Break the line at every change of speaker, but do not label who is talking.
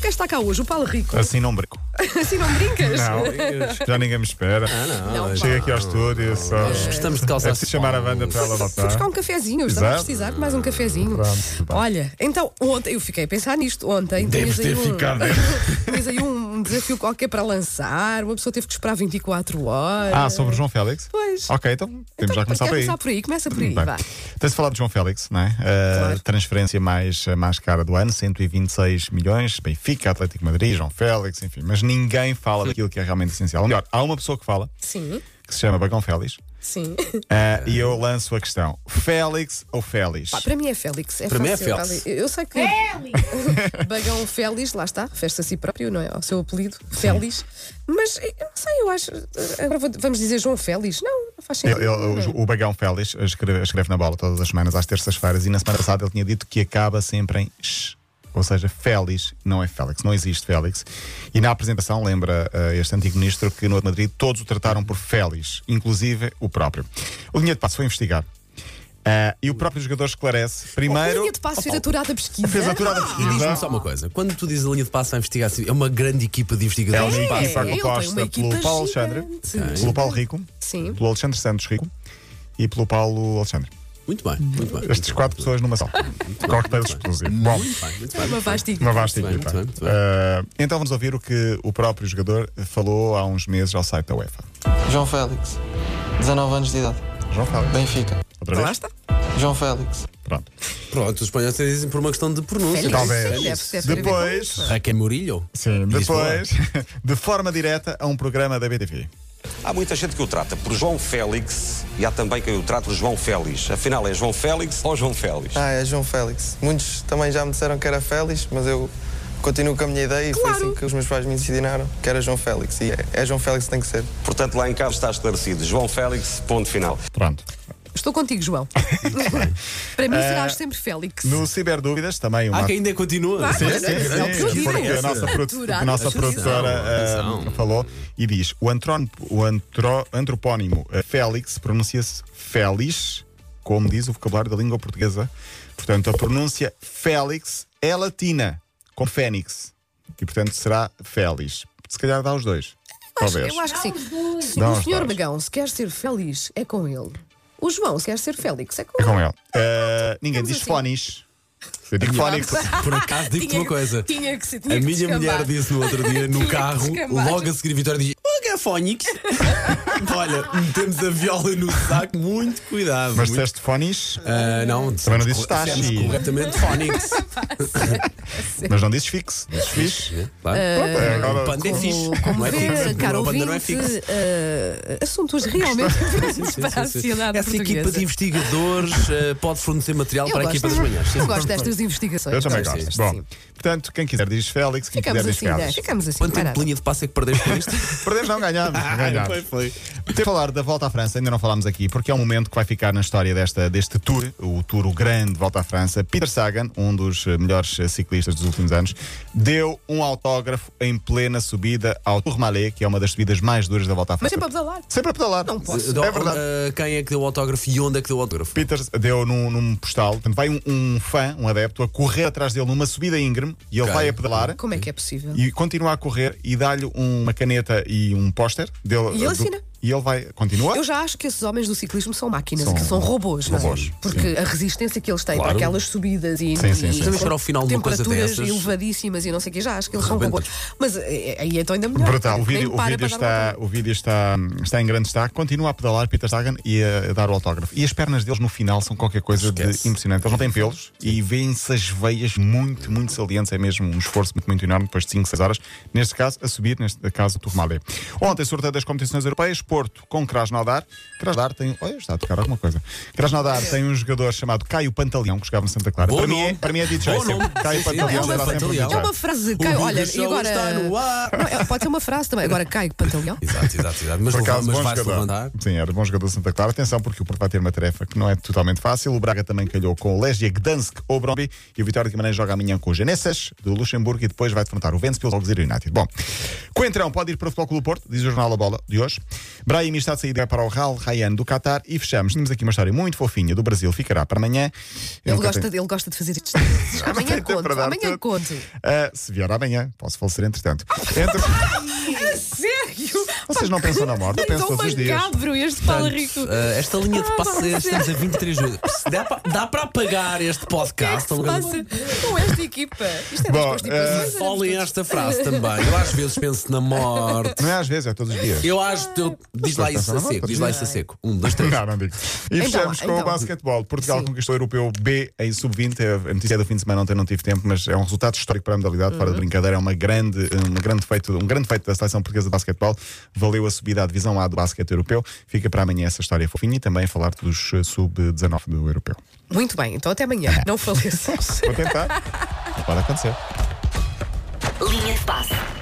quem está cá hoje? O Paulo Rico.
Assim não brinco.
Assim não brincas?
Não, já ninguém me espera.
Ah, Não,
Chega aqui ao estúdio, só.
Gostamos de calçar
É preciso chamar a banda para ela
Fui
voltar.
buscar um cafezinho, eu estava a
Exato.
precisar de mais um cafezinho.
Pronto, pá.
Olha, então ontem, eu fiquei a pensar nisto ontem.
Deves
tinhas aí
ter ficado.
Tinhas aí um desafio qualquer para lançar, uma pessoa teve que esperar 24 horas.
Ah, sobre o João Félix?
Pois.
Ok, então temos
Então,
já a começar
quer
por aí.
começar por aí, começa por aí,
Bem,
vá.
Tem-se falado de João Félix, não é? Uh,
Claro.
Transferência mais, eh, mais cara do ano, 126 milhões, Benfica, Atlético de Madrid, João Félix, enfim. Mas ninguém fala daquilo que é realmente essencial. Melhor, há uma pessoa que fala,
Sim,
que se chama Bagão Félix,
sim.
uh, e eu lanço a questão: Félix ou Félix?
Eh. Pá, para mim é Félix. É
Para mim é
fácil,
Félix.
tá ali. Eu eu sei que. Bagão Félix, lá está, festa a si próprio, não é? Ao seu apelido, Félix. Mas eu não sei, eu acho. Agora vou- vamos dizer João Félix? Não, não faz sentido.
Ele- ele- É, o, o Bagão Félix escreve, escreve na bola todas as semanas, às terças-feiras, e na semana passada ele tinha dito que acaba sempre em sh. Ou seja, Félix não é Félix, não existe Félix. E na apresentação, lembra eh, este antigo ministro que no Outro Madrid todos o trataram por Félix, inclusive o próprio. O linha de passo foi investigar. Ah, e o próprio jogador esclarece primeiro.
A linha de passo fez a Ah, turada pesquisa.
Fez a turada
E diz-me
pesquisa.
só uma coisa: quando tu dizes a linha de passo a investigar, é uma grande equipa de
É
investigadores.
uma
de passo.
equipa
ele tem uma
composta
equipa
pelo Paulo
gigante.
Alexandre,
Sim.
pelo Paulo Rico,
Sim.
pelo Alexandre Santos Rico e pelo Paulo Alexandre.
Muito bem, muito bem.
Estas quatro pessoas numa só. Cocktail explosivo. Bom,
Bem, muito
É
bem.
Uma vasta equipa.
uma vasta
Muito bem,
equipa.
muito bem, muito bem.
Ah, então vamos ouvir o que o próprio jogador falou há uns meses ao site da UEFA.
João Félix, 19 anos de idade,
João Félix.
Benfica.
Outra vez?
Lá está.
João Félix,
Pronto.
Pronto, os espanhóis dizem por uma questão de pronúncia. é?
Félix.
Talvez.
Deve ser
Depois,
é?
Raquel é Murillo?
sim,
Diz
depois, de forma direta a um programa da BTV.
Há muita gente que o trata por João Félix e há também quem o trata por João Félix. Afinal, é João Félix ou João Félix?
Ah, é João Félix. Muitos também já me disseram que era Félix, mas eu continuo com a minha ideia e
Claro.
foi assim que os meus pais me ensinaram que era João Félix. E é, é João Félix que tem que ser.
Portanto, lá em casa está esclarecido. João Félix, ponto final.
Pronto.
Estou contigo, João. Para mim serás sempre Félix.
Ah, No Ciberdúvidas, também uma.
Ah, que ainda continua.
Claro.
Sim,
Olha,
sim,
é o que eu
sim,
digo.
porque a nossa, produ-
Durada,
a nossa
atenção,
produtora ah,
atenção.
falou e diz: o, antrón- o antro- antropónimo ah, Félix pronuncia-se Félix, como diz o vocabulário da língua portuguesa. Portanto, a pronúncia Félix é latina, com Fênix. E portanto será Félix. Se calhar dá os dois.
Eu acho-
Talvez.
Eu acho que sim. Se
Dá
o
uns
senhor
dois.
Magão se quer ser feliz, é com ele. O João, se quer ser Félix, é com
É
ele.
com ele. Ah, ninguém
Vamos
diz
assim.
Fónix. Eu digo Fónix.
Por acaso digo-te
Tinha
uma
que-
coisa.
tinha que se- tinha
A
que
minha
descambar.
mulher disse no outro
Tinha
dia, no
que
carro,
descambar.
logo a seguir a Vitória diz: Ô Gafonix! Olha, metemos a viola no saco, muito cuidado.
Mas
muito...
disseste Fónix,
Ah, não, dissemos
disse
corre-
tacho
dissemos
e-
corretamente Fónix.
mas não dizes fixe. Dizes fixe.
Claro.
Eh,
Pronto, é,
um
o
agora-
panda é fixe.
Como, como
não é
vê,
fixe.
caro
o
ouvinte,
panda não é fixe.
eh, assuntos realmente importantes para a sociedade
Essa equipa
portuguesa.
de investigadores eh, pode fornecer material
Eu
para a
gosto.
equipa das manhãs. Sim.
Eu gosto destas investigações.
Eu também
Sim,
gosto.
Então sim.
Bom, portanto, quem quiser diz Félix, quem
Ficamos
quiser
assim,
diz
né?
Félix.
ficamos assim.
Quanto
parado.
tempo de linha de passe é que perdeste com isto?
Perdemos, não ganhámos. ganhámos.
foi.
Temos de falar da volta à França, ainda não falámos aqui, porque é um momento que vai ficar na história desta, deste tour, o tour o grande Volta à França. Peter Sagan, um dos eh, melhores eh, ciclistas dos últimos anos, deu um autógrafo em plena subida ao Tourmalet, que é uma das subidas mais duras da Volta à
Mas sempre
França.
a pedalar.
Sempre a pedalar.
Não posso.
Dó-
É verdade.
eh, quem é que deu o autógrafo e onde é que deu o autógrafo?
Peter deu num, num postal, portanto, vai um, um fã, um adepto, a correr atrás dele numa subida íngreme e ele
Ok.
vai a pedalar.
Como é que é possível?
e continua a correr e dá-lhe uma caneta e um póster dele.
E ele assina.
E ele vai, continua.
Eu já acho que esses homens do ciclismo são máquinas,
São
que são robôs, não é?
robôs,
Porque a resistência que eles têm
Claroclaro.
para aquelas subidas e,
Sim, sim,
e
sim.
Também para o final de uma coisa
temperaturas
dessas.
elevadíssimas e não sei o que, já acho que eles são
Rebenta.
robôs. Mas eh, aí então ainda melhor.
Brutal. O
Nem
vídeo, o
para
vídeo
para dar uma
está, o vídeo está, está em grande destaque. Continua a pedalar Peter Sagan e a, a dar o autógrafo. E as pernas deles no final são qualquer coisa
Esquece.
de impressionante. Eles não têm pelos e vêem-se as veias muito, muito salientes. É mesmo um esforço muito, muito enorme depois de 5, 6 horas. Neste caso, a subir, neste caso, o Turmalé. Ontem, sorteio das competições europeias, Porto com Krasnodar. Krasnodar tem. Olha, está a tocar alguma coisa. Krasnodar tem um jogador chamado Caio Pantaleão, que jogava no Santa Clara.
Bom
Para mim, é,
nome.
para mim é DJ.
Bom
sempre.
nome.
Caio
Sim, sim.
Pantaleão
É um
será sempre
Pantaleão.
um
É
DJ.
uma frase de
O
Caio.
Hugo
Olha, e
Show
agora.
está no ar.
Não, é- pode ser uma frase também. Agora Caio Pantaleão.
Exato, exato, exato. Mas,
Por
leva-
acaso,
mas
bom
vai-se
jogador.
levantar.
Sim, era bom jogador de Santa Clara. Atenção, porque o Porto vai ter uma tarefa que não é totalmente fácil. O Braga também calhou com o Legia Gdansk ou Bromby e o Vitória de Guimarães joga amanhã com o Genessas do Luxemburgo e depois vai defrontar o Ventspils ao United. Bom, Coentrão pode ir para o Futebol Clube do Porto, diz o Jornal da Bola de hoje. Brahim está de saída para o Ral Rayan do Qatar e fechamos. Temos aqui uma história muito fofinha do Brasil, ficará para amanhã. Eu
Ele
nunca
gosta,
tenho-
de, ele gosta de fazer isto. amanhã
Tem tempo
conto,
para dar
amanhã
tudo.
conto.
Ah, se vier amanhã, posso falecer entretanto. Entre-
Sério?
Vocês não pensam na morte, eu
É
penso
tão
todos os dias.
macabro este Paulo
Portanto,
Rico.
eh, esta linha de
Ah,
passos,
não sei.
estamos a 23 de julho. Se Dá para, dá para apagar este
O que é que
podcast? tá
se passa com esta equipa? Isto é das
Bom,
constipações. olhamos
Olhem
todos.
Eh, esta frase também. Eu às vezes penso na morte.
Não é às vezes, é todos os dias.
Eu acho. Eu, diz lá isso a seco. Diz lá isso a seco. Um, dois, três.
Não, não digo. E
Então,
fechamos com
então.
o basquetebol. Portugal
Sim.
conquistou o europeu B em sub-20. A notícia é do fim de semana ontem não tive tempo, mas é um resultado histórico para a modalidade, fora de
Uhum.
brincadeira. É uma grande, um, grande feito, um grande feito da seleção portuguesa de basquetebol. Valeu a subida à divisão A do basquete europeu. Fica para amanhã essa história fofinha e também falar dos eh, sub-19 do europeu.
Muito bem, então até amanhã. Não faleças.
Vou tentar. Não pode acontecer.
Linha de passe.